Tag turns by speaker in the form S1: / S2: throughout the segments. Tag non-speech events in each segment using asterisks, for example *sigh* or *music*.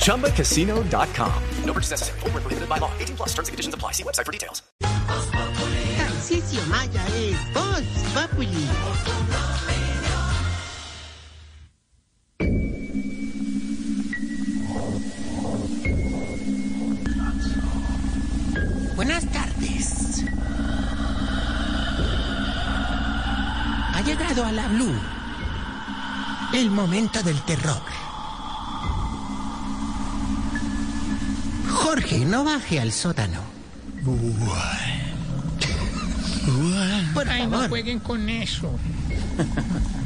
S1: ChumbaCasino.com. No purchase necessary. Void where prohibited by law. 18 plus terms and conditions apply. See website for details.
S2: Tarcisio Maya es Voz Populi. Buenas tardes. Ha llegado a la Blue el momento del terror. Jorge, no baje al sótano. Por
S3: Ay, no
S2: favor.
S3: jueguen con eso.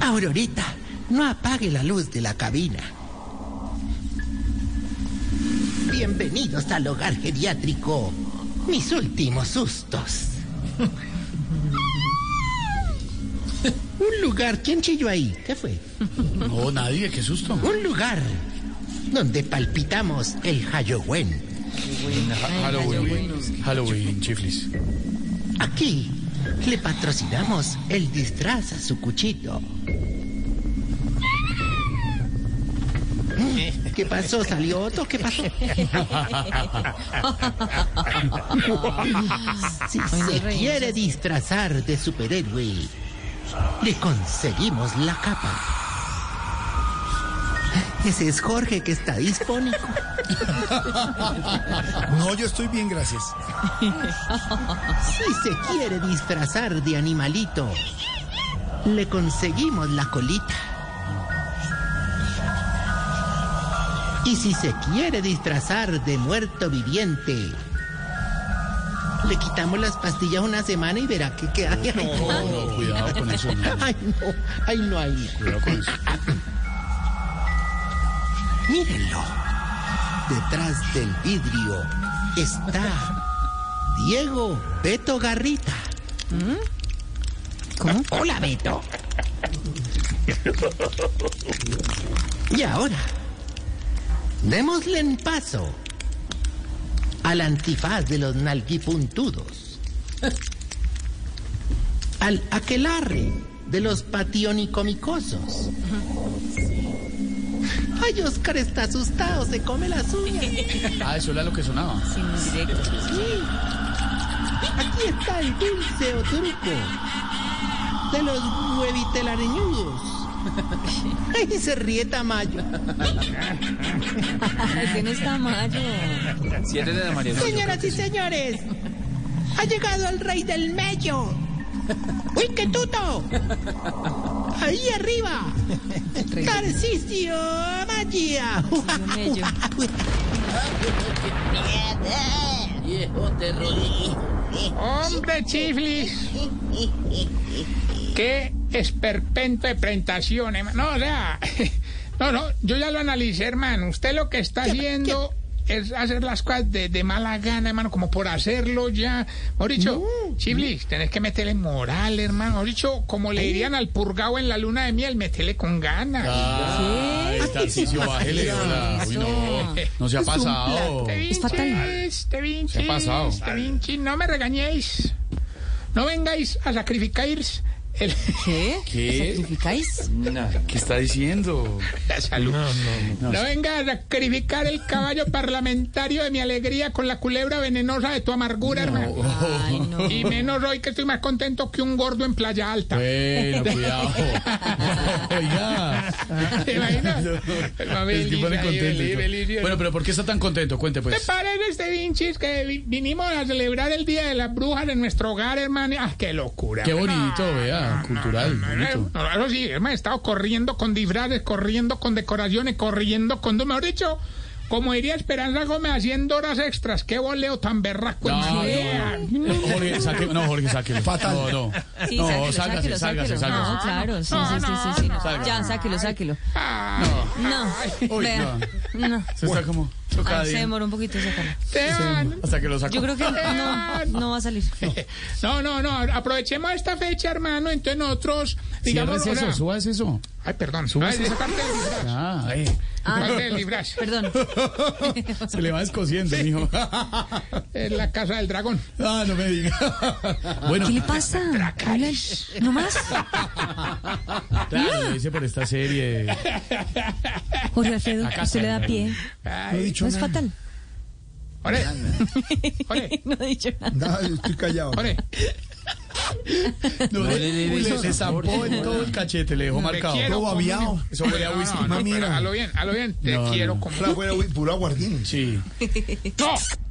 S2: Aurorita, no apague la luz de la cabina. Bienvenidos al hogar geriátrico. Mis últimos sustos. *laughs* Un lugar, ¿quién chilló ahí? ¿Qué fue?
S3: No, nadie, qué susto.
S2: Un lugar donde palpitamos el Halloween.
S3: Halloween, Halloween, chiflis.
S2: Aquí le patrocinamos el disfraz a su cuchito. Mm, ¿Qué pasó? ¿Salió otro? ¿Qué pasó? Si se quiere disfrazar de superhéroe, le conseguimos la capa. Ese es Jorge que está dispónico.
S3: No, yo estoy bien, gracias.
S2: Si se quiere disfrazar de animalito, le conseguimos la colita. Y si se quiere disfrazar de muerto viviente, le quitamos las pastillas una semana y verá que queda. Ay,
S4: Oh,
S3: No, cuidado con eso. no.
S2: *laughs* ay, no, ay, no, ay, no.
S3: Cuidado con eso.
S2: Mírenlo. Detrás del vidrio está Diego Beto Garrita. ¿Cómo? Hola, Beto. y ahora, démosle en paso al antifaz de los nalguipuntudos, al aquelarre de los pationicomicosos. Ay, Oscar está asustado, se come las uñas.
S3: Ah, eso era lo que sonaba.
S2: Sí. Aquí está el dulce o truco de los
S5: *laughs*
S2: huevitelareñudos. Ay, se ríe Tamayo.
S5: ¿Quién está mayo?
S2: Señoras y señores, ha llegado el rey del mello. ¡Uy, qué tuto! Ahí arriba, Tarcisio Magia.
S5: mello.
S2: *laughs*
S3: Hombre, chiflis. Qué esperpento de presentación, hermano. No, o sea, *laughs* no, no, yo ya lo analicé, hermano. Usted lo que está haciendo es hacer las cosas de, de mala gana, hermano, como por hacerlo ya. Mauricio, chiflis, tenés que meterle moral, hermano. Mauricio, como le dirían al purgao en la luna de miel, métele con ganas.
S5: ¿Qué?
S4: Tarcicio, bájele, hola. Uy, no, no se ha pasado. *laughs*
S3: Te
S5: Es fatal.
S3: vinches, te vinches,
S4: Se ha pasado.
S3: te vinches, no me regañéis. No vengáis a sacrificaros el,
S5: ¿Qué?
S4: ¿Qué?
S5: ¿Sacrificáis?
S4: ¿Qué está diciendo?
S3: la salud. No, vengas a sacrificar el caballo parlamentario de mi alegría con la culebra venenosa de tu amargura, hermano.
S5: Ay, no.
S3: Y menos hoy que estoy más contento que un gordo en playa alta.
S4: Pues,
S3: *laughs*
S4: Bueno, cuidado. Oiga.
S3: ¿Te imaginas?
S4: El tipo
S3: Feliz, feliz,
S4: de
S3: feliz,
S4: contento.
S3: feliz.
S4: Bueno, pero ¿por qué está tan contento? Cuente,
S3: ¿Te
S4: pues.
S3: parece, este Vinchis, que vi- vinimos a celebrar el Día de las Brujas en nuestro hogar, hermano? ¡Ah, qué locura!
S4: Qué bonito,
S3: Ah.
S4: vea, cultural,
S3: No,
S4: bonito.
S3: Eh, no, eso sí, hemos estado corriendo con disfraces, corriendo con decoraciones, corriendo con... Mejor dicho, como diría Esperanza Gómez, haciendo horas extras. ¡Qué voleo tan berraco!
S4: No,
S3: hermano.
S4: no,
S3: Vea.
S4: Jorge, saque, no, Jorge, sáquelo.
S6: Fatal.
S4: No, no.
S5: Sí,
S4: no, sálgase,
S5: sáquelo, sáquelo,
S4: sálgase,
S5: sáquelo.
S4: sálgase.
S5: No, claro, sí, sí, sí, sí, sí. Ya, sáquelo, sáquelo.
S3: Ah,
S5: No,
S4: Uy,
S5: vea, no.
S4: Se está como
S5: Ay,
S4: chocada.
S5: se demoró un poquito sacarlo.
S3: Te van.
S4: Hasta que lo sacó.
S5: Yo creo que no, no va a salir.
S3: No, no, no. Aprovechemos esta fecha, hermano. Entonces nosotros, digamos,
S4: Cierres eso,
S3: ahora-
S4: subas eso.
S3: Ay, perdón.
S4: Sube
S3: Ay,
S4: ese-
S3: esa parte del disfraz.
S4: Ah,
S5: *laughs* Ah,
S3: Parte del disfraz.
S5: perdón.
S4: se le va descosiendo, mijo.
S3: Es la casa del dragón.
S4: *laughs* Ah, no me diga. Bueno,
S5: ¿Qué le pasa? Hablan- ¿No más?
S4: claro, lo hice por esta serie.
S5: Jorge Alfredo,
S4: Acá
S5: usted le da
S4: está.
S5: pie.
S6: No he
S3: Ay,
S6: dicho
S5: No es
S6: nada.
S5: fatal.
S3: ore, ore,
S5: No he dicho
S6: *laughs*
S5: nada.
S6: Nada, yo Ah, estoy callado.
S3: ore.
S4: No, le, se zampó en todo el cachete, le dejó marcado.
S3: quiero.
S6: Todo babiado.
S4: Eso huele a whisky.
S3: No, no,
S6: mami,
S3: pero
S6: no.
S3: hazlo bien, hazlo bien. Te
S4: No,
S3: quiero
S4: no.
S3: como.
S6: Fuera, fuera, Ah, uy, puro aguardiente.
S4: Sí.
S3: ¡No!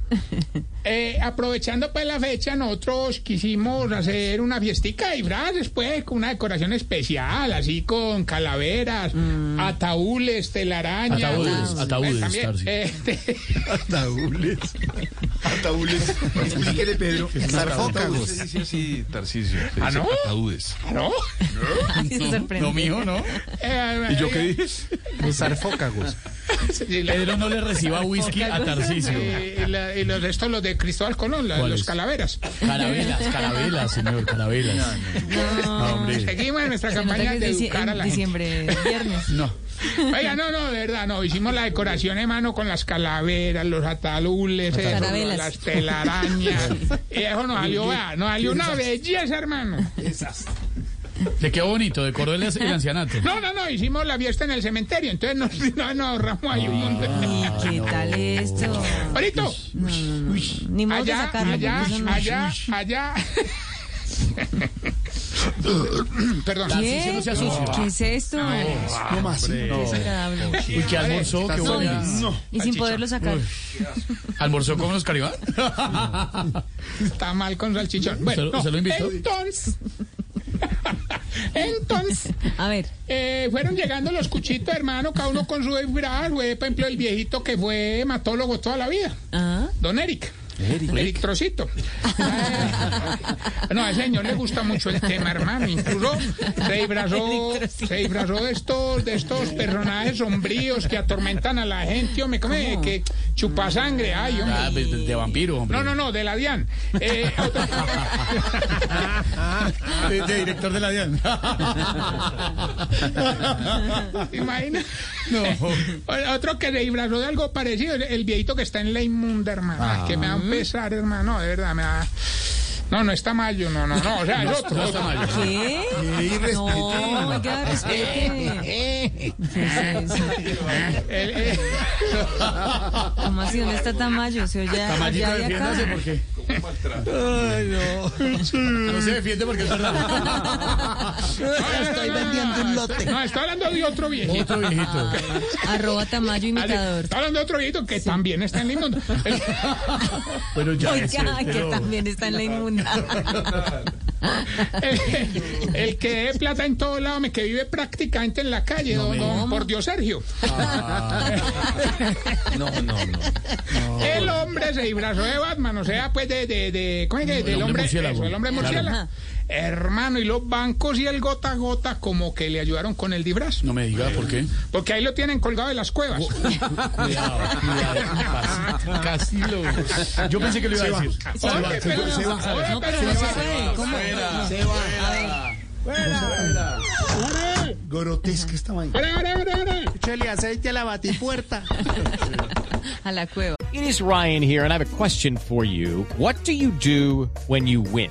S3: Eh, aprovechando pues la fecha, nosotros quisimos hacer una fiestica de frases, pues, con una decoración especial, así con calaveras,
S5: Mm.
S3: ataúdes, telarañas.
S4: Ataúdes,
S3: Pues,
S4: ataúdes,
S3: también,
S4: Tarsi.
S3: *laughs* este,
S6: Ataúles. Ataúles. Explíquele, Pedro.
S7: Se dice así, Tarcisio. Se
S3: ¿Ah,
S7: dice
S3: no? ¿Ah,
S7: Ataúdes.
S3: ¿no?
S5: Ay, se sorprende.
S4: No, mijo, no.
S3: Eh,
S7: ¿Y yo qué dije? Los
S3: *laughs*
S7: sarfócagos.
S3: y la-
S4: Pedro no le reciba whisky a Tarcisio.
S3: y la- y los, estos los de Cristóbal Colón, la- los
S4: ¿Cuáles?
S3: calaveras.
S4: Carabelas, carabelas, señor, carabelas.
S3: Ah,
S4: No, hombre.
S3: Seguimos en nuestra
S5: Se nota
S3: campaña
S5: que
S3: de
S5: es dicie-
S3: educar a la
S5: en
S3: gente.
S5: diciembre, viernes.
S4: No.
S3: Oiga, no, no, de verdad, no. Hicimos la decoración en mano con las calaveras, los atalules, eso,
S5: Carabelas.
S3: las telarañas. Y eso nos salió, vea, nos salió una belleza, hermano.
S4: Le quedó bonito, decoró el, el ancianato.
S3: No, no, no, hicimos la fiesta en el cementerio, entonces nos, *laughs* no, nos ahorramos ahí un montón.
S5: ¿Y
S4: Ah,
S5: qué tal esto?
S3: Ahorita,
S5: Ni modo de
S3: allá,
S5: sacarlo.
S3: allá,
S5: porque eso no-
S3: allá, *laughs* allá. Perdón.
S5: ¿Qué?
S4: no se asusta.
S5: ¿Qué es esto?
S6: No más.
S4: No.
S5: Desagradable.
S4: Uy, que almorzó, que
S5: No,
S4: bueno.
S5: y sin poderlo sacar.
S4: ¿Almorzó con los
S3: *laughs*
S4: caribán?
S3: Está mal con salchichón. Bueno,
S4: ¿Se lo-
S3: no.
S4: se lo invitó?
S3: Entonces. *laughs* Entonces,
S5: A ver,
S3: eh, fueron llegando los cuchitos, hermano, cada uno con su disfraz, güey, por ejemplo, el viejito que fue hematólogo toda la vida,
S5: ah,
S3: don Eric. Eric. Trocito. Eh, no, al señor le gusta mucho el tema, hermano. Incluso se disfrazó, se disfrazó de estos, de estos personajes sombríos que atormentan a la gente, hombre, ¿cómo es? que chupa sangre, ay, hombre.
S4: Ah, pues, de, de vampiro, hombre.
S3: No, no, no, de la DIAN. Eh, otro-
S4: De, de director de la DIAN.
S3: ¿Te imaginas?
S4: No.
S3: O- Otro que le disfrazó de algo parecido, el- el viejito que está en la inmunda, hermano. Ay, Que me da un pesar, hermano, de verdad, me da... No, no está mal, yo no, no, no, o sea, es otro.
S4: No está mal.
S5: ¿qué?
S4: *laughs*
S5: No, oiga, respete.
S3: Eh,
S5: ¿Qué es eso?
S3: eh, eh.
S5: ¿Cómo así? ¿Dónde está Tamayo? Se oye
S4: Tamayito,
S5: allá de acá.
S4: defiéndase porque. Ay, no. No se defiende porque es verdad.
S3: estoy vendiendo un lote. No, está hablando de otro viejito.
S4: Otro viejito.
S5: Arroba Tamayo imitador.
S3: Está hablando de otro viejito que también está en la inmunda. *laughs* Eh,
S4: Bueno, ya. ese,
S5: Oiga, que
S4: pero-
S5: también está en la inmunda.
S3: El, el que de plata en todo lado, me que vive prácticamente en la calle, don- don- por Dios Sergio.
S7: No, no, no.
S3: El hombre se disfrazó de Batman, o sea, pues de, de, de ¿cómo es que? Del
S4: hombre
S3: hombre,
S4: murciélago.
S3: eso, el hombre murciélago.
S5: Claro.
S3: Hermano, y los bancos y el gota a gota como que le ayudaron con el disfraz.
S4: No me diga por qué.
S3: Porque ahí lo tienen colgado de las cuevas.
S4: Cuidado, cuidado. Casi lo. Yo pensé que lo iba a decir.
S3: Oye, pero- oye,
S5: No,
S3: pero-
S5: pero no se puede. ¿Cómo?
S6: Grotesca esta vaina.
S3: ¡Ore, ore, ore, ore!
S4: Échale aceite a la batipuerta.
S5: A la cueva.
S8: It is Ryan here, and I have a question for you. What do you do when you win?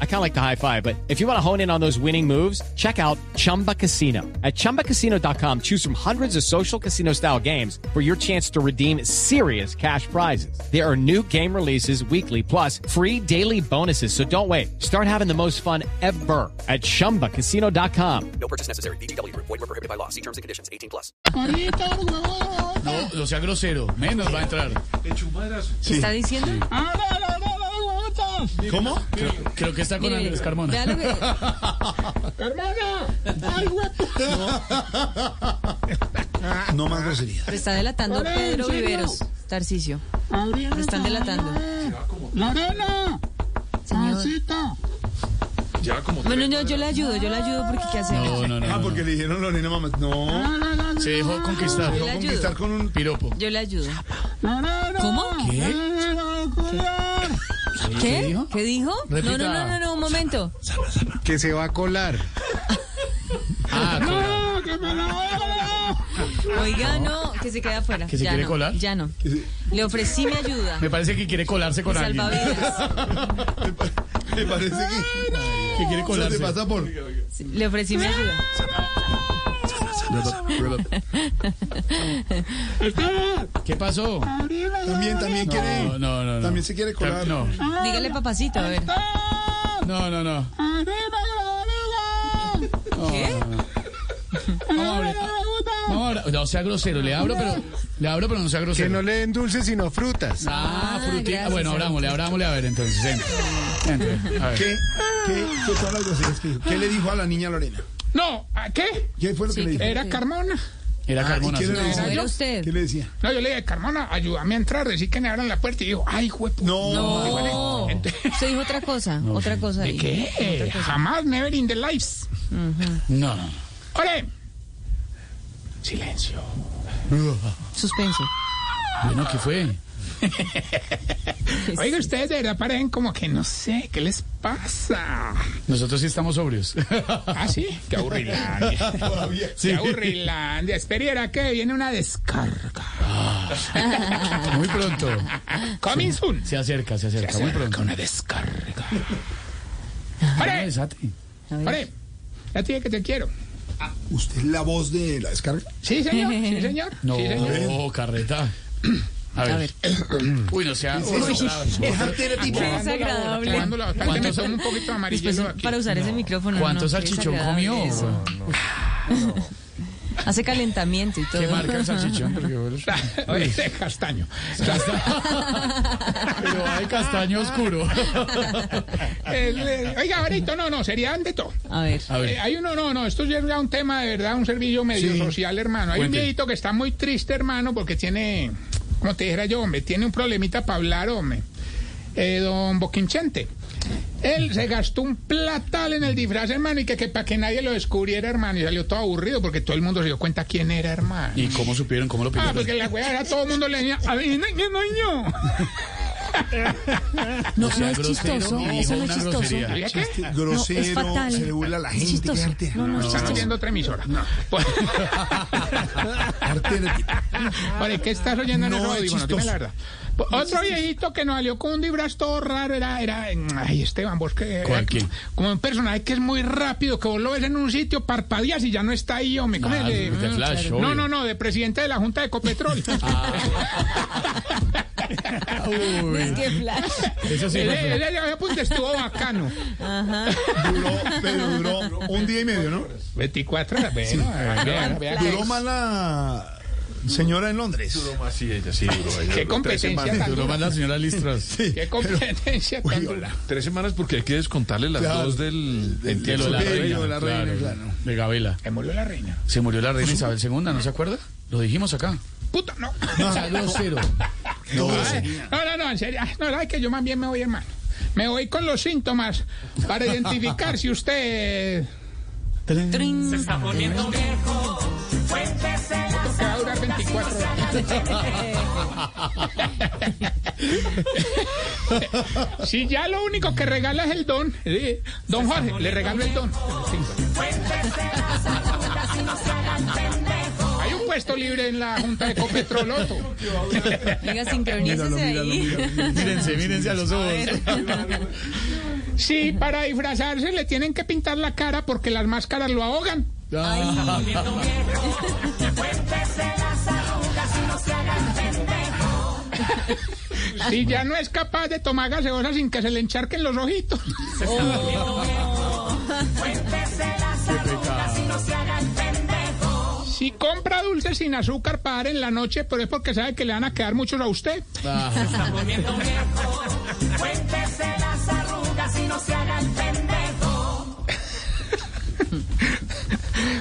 S8: I kind of like the high five, but if you want to hone in on those winning moves, check out Chumba Casino. At chumbacasino.com, choose from hundreds of social casino style games for your chance to redeem serious cash prizes. There are new game releases weekly, plus free daily bonuses. So don't wait. Start having the most fun ever at chumbacasino.com.
S3: Ahorita, ore, huevón.
S4: No, no sea grosero. Menos va a entrar.
S5: ¿Qué está diciendo?
S3: ¡Ore, ore, ore, ore, huevota!
S4: ¿Cómo? Creo, creo que está con
S5: Mire,
S4: Andrés
S5: vea lo
S4: Carmona.
S5: que-
S3: ¡Hermana! ¡Ay, huepo!
S6: No más grosería.
S5: Te está delatando
S3: Ahora, ¿en
S5: Pedro
S3: serio?
S5: Viveros, Tarcicio.
S3: Adriana,
S5: Te *laughs* están delatando.
S3: Lorena,
S5: Señor.
S3: Juancito.
S7: Ya como
S5: Bueno, yo, yo le ayudo, yo le ayudo porque ¿qué hacer?
S4: No, no, no.
S6: Ah, porque le dijeron Lorena mamá. No.
S4: Se dejó conquistar.
S5: Yo le ayudo.
S6: Conquistar con un
S4: Piropo.
S5: Yo le ayudo.
S3: Lorena.
S5: ¿Cómo?
S3: Lorena, cuidado.
S5: ¿Qué? ¿Qué dijo? No, no,
S4: Repita.
S5: no, no, no, un momento.
S6: que se va a colar.
S4: Ah, con-
S3: Ah, que me la vea.
S5: Oiga, no, que se queda afuera.
S4: ¿Que se
S5: ya
S4: quiere
S5: no,
S4: colar?
S5: Ya no. Le ofrecí mi ayuda.
S4: me parece que quiere colarse con alguien.
S5: Salvavidas.
S6: Me pa- me parece que.
S4: Que quiere
S6: Se te
S4: colarse.
S6: pasa por.
S5: Le ofrecí mi ayuda.
S4: ¿Qué pasó?
S6: También, también quiere.
S4: No, no, no. no.
S6: Ah. También se quiere colar. Ah.
S4: No,
S5: Dígale papacito, a ver.
S4: no, no. no.
S3: Lorena, Lorena.
S5: ¿Qué?
S4: Vamos a abrir- vamos a abrir- No sea grosero. Le abro, pero. Le abro, pero no sea grosero.
S6: le den dulces sino frutas.
S4: Ah,
S5: Ah,
S4: frutí.
S5: gracias,
S4: bueno, abrámosle, abrámosle a ver entonces. Entre. Entre. A ver.
S6: ¿Qué? ¿Qué? ¿Qué todas las groserías que dijo? ¿Qué le dijo a la niña Lorena?
S3: No, ¿a qué?
S6: ¿Qué fue lo que le dijo?
S3: Era Carmona.
S4: Era Carmona.
S6: Ah, ¿y quién
S4: sí.
S6: era?
S5: No,
S6: ¿Yo?
S5: era
S6: ¿Qué
S5: Eh, usted.
S6: le decía?
S3: No, yo le dije, Carmona, ayúdame a entrar. Decí que me abran la puerta. Y dijo, ay, huepo.
S5: No. Usted Oh. dijo otra cosa, otra cosa ahí.
S3: ¿Qué? Jamás, never in the lives.
S4: No, no.
S3: ¡Ore! Silencio.
S5: Suspenso.
S4: Bueno, ¿qué fue?
S3: Oiga, ustedes de verdad parecen como que no sé, ¿qué les pasa?
S4: Nosotros sí estamos sobrios. *laughs*
S3: Ah, sí, qué aburrilandia. *laughs* Qué aburrilandia. Esperiera que viene una descarga. Ah,
S4: Muy pronto.
S3: Coming soon.
S4: Se acerca, se acerca. Muy
S3: Acerca
S4: pronto.
S3: una descarga.
S4: No,
S3: ¡Ore!
S4: desate.
S3: ¡Ore! Ya te dije que te quiero.
S6: ¿Usted es la voz de la descarga?
S3: Sí, señor.
S5: *laughs*
S3: Sí, señor.
S4: No,
S3: Sí, señor.
S4: carreta. A ver. Uy, no sea.
S5: Qué desagradable.
S3: Acabando la bastante, me tomo un poquito de
S5: Después,
S3: amarillo aquí.
S5: para usar ese micrófono.
S4: ¿Cuánto
S5: no, qué
S4: salchichón
S5: desagradable
S4: comió?
S5: eso. Hace calentamiento y todo.
S4: ¿Qué marca el
S5: *laughs*
S4: salchichón? Porque bueno,
S3: *laughs* Oye, ese castaño.
S4: Pero hay castaño oscuro.
S3: El, el- Eh, oiga, ahorita no, no, serían de todo.
S5: A ver.
S6: Ah,
S4: A
S3: Eh,
S4: ver.
S3: hay uno, no, no, esto ya es un tema de verdad, un servicio medio social, hermano. Hay
S4: Cuente.
S3: un viejito que está muy triste, hermano, porque tiene, como te dijera yo, hombre, tiene un problemita para hablar, hombre. Eh, don Boquinchente. Él se gastó un platal en el disfraz, hermano, y que, para que nadie lo descubriera, hermano, y salió todo aburrido porque todo el mundo se dio cuenta quién era, hermano.
S4: ¿Y cómo supieron? ¿Cómo lo
S3: Ah,
S4: pidieron?
S3: porque la wea era todo el mundo le decía, a ver, ¿quién no,
S5: No,
S4: sea
S5: no es
S4: grosero,
S5: chistoso.
S4: dijo
S5: Eso no
S4: una
S5: es chistoso.
S4: grosería.
S5: *laughs*
S3: ¿Sabía qué?
S6: Grosero,
S5: es fatal.
S6: se le burla a la
S5: Es
S6: gente.
S5: chistoso.
S6: Qué arte.
S5: No, no, es
S3: Estamos viendo otra emisora. Pues-
S6: Arte de tipo.
S3: Oye, Ah, ¿qué estás oyendo en
S6: No,
S3: el
S6: es
S3: audio?
S6: chistoso.
S3: la verdad. Po- Otro viejito que nos salió con un disfraz todo raro era, era ay, Esteban, vos que... era
S4: ¿Cuál, quién?
S3: Como un personaje que es muy rápido, que vos lo ves en un sitio, parpadeas y ya no está ahí, hombre. ¿Cómo
S4: Ah,
S3: es de- mm,
S4: de Flash,
S3: no,
S4: obvio.
S3: no, no, de presidente de la Junta de Copetrol. *laughs*
S5: Es que flash.
S4: Eso sí.
S5: Eh,
S3: Él-
S4: fue feo.
S3: él- él- él, pues, estuvo bacano.
S6: Duró, pero duró un día y medio, ¿no?
S3: 24 horas, bueno, eh, vea, vea,
S5: Flash.
S6: Duró más la señora en Londres.
S7: así ella, sí, duró ella.
S3: Qué competencia tan
S4: Duró
S3: dura.
S4: más la señora Listras. *laughs*
S3: Qué competencia tan dura.
S7: Tres semanas porque hay que descontarle las
S6: Claro.
S7: dos del
S4: De lo de la
S6: Sí,
S4: reina,
S6: lo de la
S4: claro,
S6: reina, claro.
S4: De Gabela.
S3: Me murió la reina.
S4: Se murió la reina Isabel II, ¿no se acuerda? Lo dijimos acá.
S3: Puta, no.
S4: No, sea grosero.
S3: No, no, no, no, en serio. Ay, No, es que yo más bien me voy, hermano. Me voy con los síntomas para identificar si usted. Cada hora 24 horas. *laughs* si ya lo único que regala es el don, eh, don Jorge, le regalo el don. Hay un puesto libre en la Junta de Copetroloto.
S5: Venga, sincronícese ahí.
S6: Mírense, mírense a los ojos.
S3: Sí, para disfrazarse le tienen que pintar la cara porque las máscaras lo ahogan. Si ya no es capaz de tomar gaseosa sin que se le encharquen los ojitos. Si compra dulces sin azúcar para dar en la noche, pero es porque sabe que le van a quedar muchos a usted. *laughs*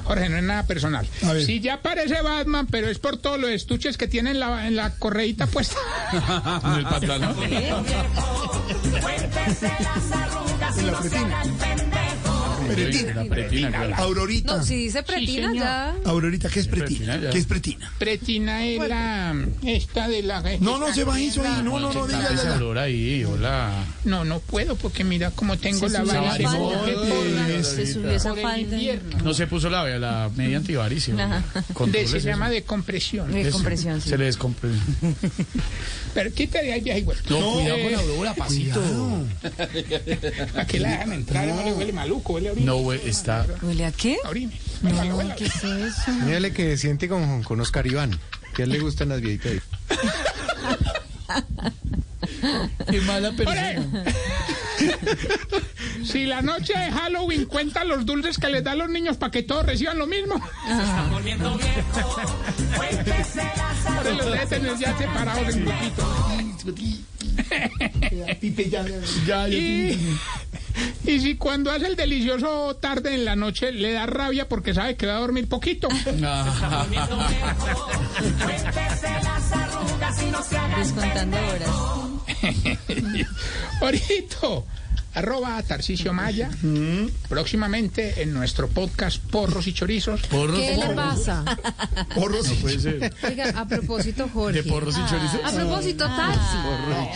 S3: Jorge, no es nada personal.
S6: ver.
S3: Si ya parece Batman, pero es por todos los estuches que tiene en la, en la correíta puesta.
S4: Ah,
S7: En el pantalón.
S6: En la pretina. Pretina. Aurorita.
S5: No, si dice pretina, ya.
S6: Aurorita, ¿qué es pretina? ¿Qué es pretina?
S3: Pretina es la... Esta de la...
S6: No, no, se va eso ahí. No, no, no, diga,
S4: Ese
S6: diga.
S4: olor ahí, hola.
S3: No, no puedo porque mira cómo tengo la bala.
S5: Se subió
S3: Por-
S5: esa falda. Se este, subió esa
S3: por el
S5: falda.
S3: invierno.
S4: No se puso la, la media antivarísima.
S3: De- se llama de compresión.
S5: De compresión, sí.
S4: Se le descompre.
S3: Pero quítate ahí, vieja igual.
S4: No, cuidado
S3: eh.
S4: con la aurora, pasito.
S3: Para que la dejan entrar, no le huele maluco, huele a orina.
S4: No, güey, está.
S5: ¿Huele a qué?
S3: A orina. Huele, huele,
S5: ¿Qué
S3: huele.
S5: es eso?
S9: Mírale que siente con, con Oscar Iván. Que a él le gustan las viejitas.
S4: Qué mala
S3: persona.
S4: *laughs*
S3: Si la noche de Halloween cuentan los dulces que les dan los niños para que todos reciban lo mismo.
S5: Ah.
S3: Ahora los debe tener ya separados en grupitos.
S4: Ya, ya.
S3: Y, y si cuando hace el delicioso tarde en la noche le da rabia porque sabe que va a dormir
S4: *laughs*
S3: poquito.
S5: Descontando Pues horas.
S3: Orito, arroba Tarcisio Maya.
S4: Mm.
S3: Próximamente en nuestro podcast Porros y Chorizos.
S4: Porros,
S10: ¿Qué le
S4: porros.
S10: pasa?
S6: Porros.
S4: No puede ser.
S10: Oiga, a propósito,
S4: De
S10: Jorge.
S4: porros y chorizo.
S10: A propósito, Tarsi.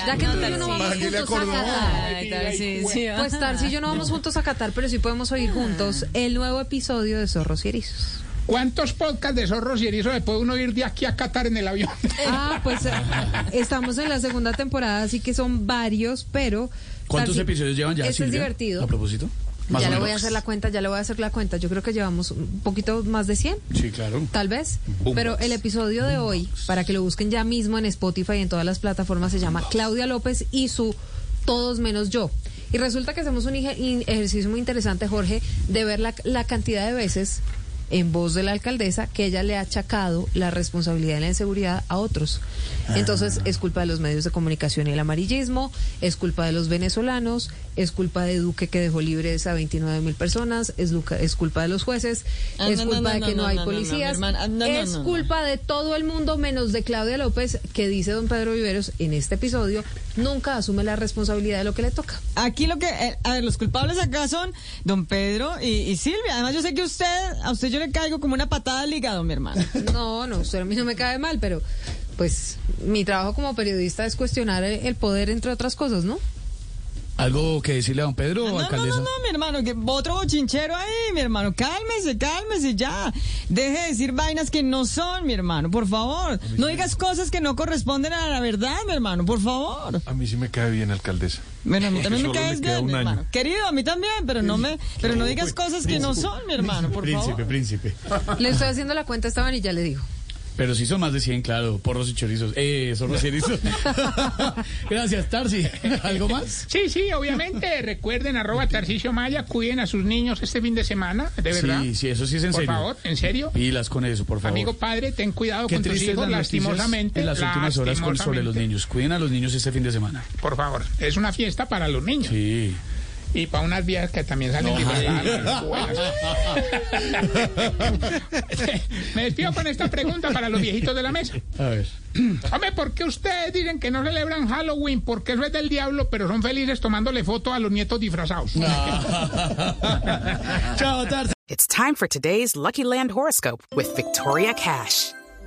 S10: Ya que tú y yo no vamos
S6: ¿Para qué le
S10: juntos a
S6: acordó?
S10: Qatar.
S5: Ay, Tarcisio.
S10: Pues Tarsi y yo no vamos juntos a Qatar, pero sí podemos oír juntos el nuevo episodio de Zorros y Erizos.
S3: ¿Cuántos podcasts de Zorros y Erizos le puede uno ir de aquí a Qatar en el
S4: *laughs*
S3: avión?
S10: Ah, pues eh, estamos en la segunda temporada, así que son varios, pero...
S4: ¿Cuántos
S10: Tarsi,
S4: episodios llevan ya?
S10: Este es
S4: Silvia?
S10: divertido.
S4: A propósito. Más
S10: Ya
S4: o
S10: le
S4: menos.
S10: voy a hacer la cuenta, ya le voy a hacer la cuenta. Yo creo que llevamos un poquito más de 100.
S4: Sí, claro.
S10: Tal vez, pero el episodio de hoy, para que lo busquen ya mismo en Spotify y en todas las plataformas, se llama Claudia López y su Todos menos yo. Y resulta que hacemos un ije- in- ejercicio muy interesante, Jorge, de ver la, la cantidad de veces en voz de la alcaldesa que ella le ha achacado la responsabilidad en la inseguridad a otros. Entonces, es culpa de los medios de comunicación y el amarillismo, es culpa de los venezolanos, es culpa de Duque que dejó libres a 29 mil personas, es, luca- es culpa de los jueces,
S5: Ah,
S10: es
S5: no, no,
S10: culpa de
S5: no,
S10: que no,
S5: no,
S10: hay
S5: no, no, no, mi
S10: policías.
S5: hermana. Ah, no, no,
S10: es
S5: no, no.
S10: culpa de todo el mundo menos de Claudia López, que dice don Pedro Viveros en este episodio, nunca asume la responsabilidad de lo que le toca.
S5: Aquí lo que, eh, a ver, los culpables acá son don Pedro y, y Silvia. Además, yo sé que usted, a usted yo le caigo como una patada al hígado, mi hermano.
S10: No, no, usted a mí no me cae mal, pero pues mi trabajo como periodista es cuestionar el, el poder, entre otras cosas, ¿no?
S4: ¿Algo que decirle a don Pedro o
S5: No, no,
S4: alcaldesa?
S5: no, no, mi hermano, que otro bochinchero ahí, mi hermano. Cálmese, cálmese ya. Deje de decir vainas que no son, mi hermano, por favor. No digas cosas que no corresponden a la verdad, mi hermano, por favor.
S7: A mí sí me cae bien, alcaldesa.
S5: Bueno, a mí también me
S7: solo le
S5: caes
S7: queda un
S5: bien, mi
S7: año.
S5: hermano. Querido, a mí también, pero no me, pero no digas cosas que no son, mi hermano, por
S4: príncipe,
S5: favor.
S4: príncipe.
S10: Le estoy haciendo la cuenta a Esteban y ya le digo.
S4: Pero sí son más de 100, claro. Porros y chorizos. Eh, zorros
S3: *laughs*
S4: y erizos. Gracias, Tarsi. ¿Algo más?
S3: Sí, sí,
S4: *laughs*
S3: obviamente. Recuerden, arroba Tarcisio Maya, cuiden a sus niños este fin de semana, de verdad.
S4: Sí, sí, eso sí es en
S3: Por
S4: serio.
S3: favor, en serio.
S4: Pilas con eso, por favor.
S3: Amigo padre, ten cuidado
S4: Qué
S3: con tus
S4: triste
S3: hijos,
S4: las noticias
S3: lastimosamente.
S4: en las últimas horas con sobre los
S3: lastimosamente.
S4: niños. Cuiden a los niños este fin de semana.
S3: Por favor, es una fiesta para los niños.
S4: Sí.
S3: Y para unas viejas que también salen
S4: No, *laughs*
S3: disfrazadas.
S4: Jaime.
S3: buenas. *laughs* Me despido con esta pregunta para los viejitos de la mesa. *clears throat*
S4: A ver.
S3: Hombre, ¿por qué ustedes dicen que no celebran Halloween? Porque eso es del diablo, pero son felices tomándole fotos a los nietos disfrazados.
S11: It's time for today's Lucky Land horoscope with Victoria Cash.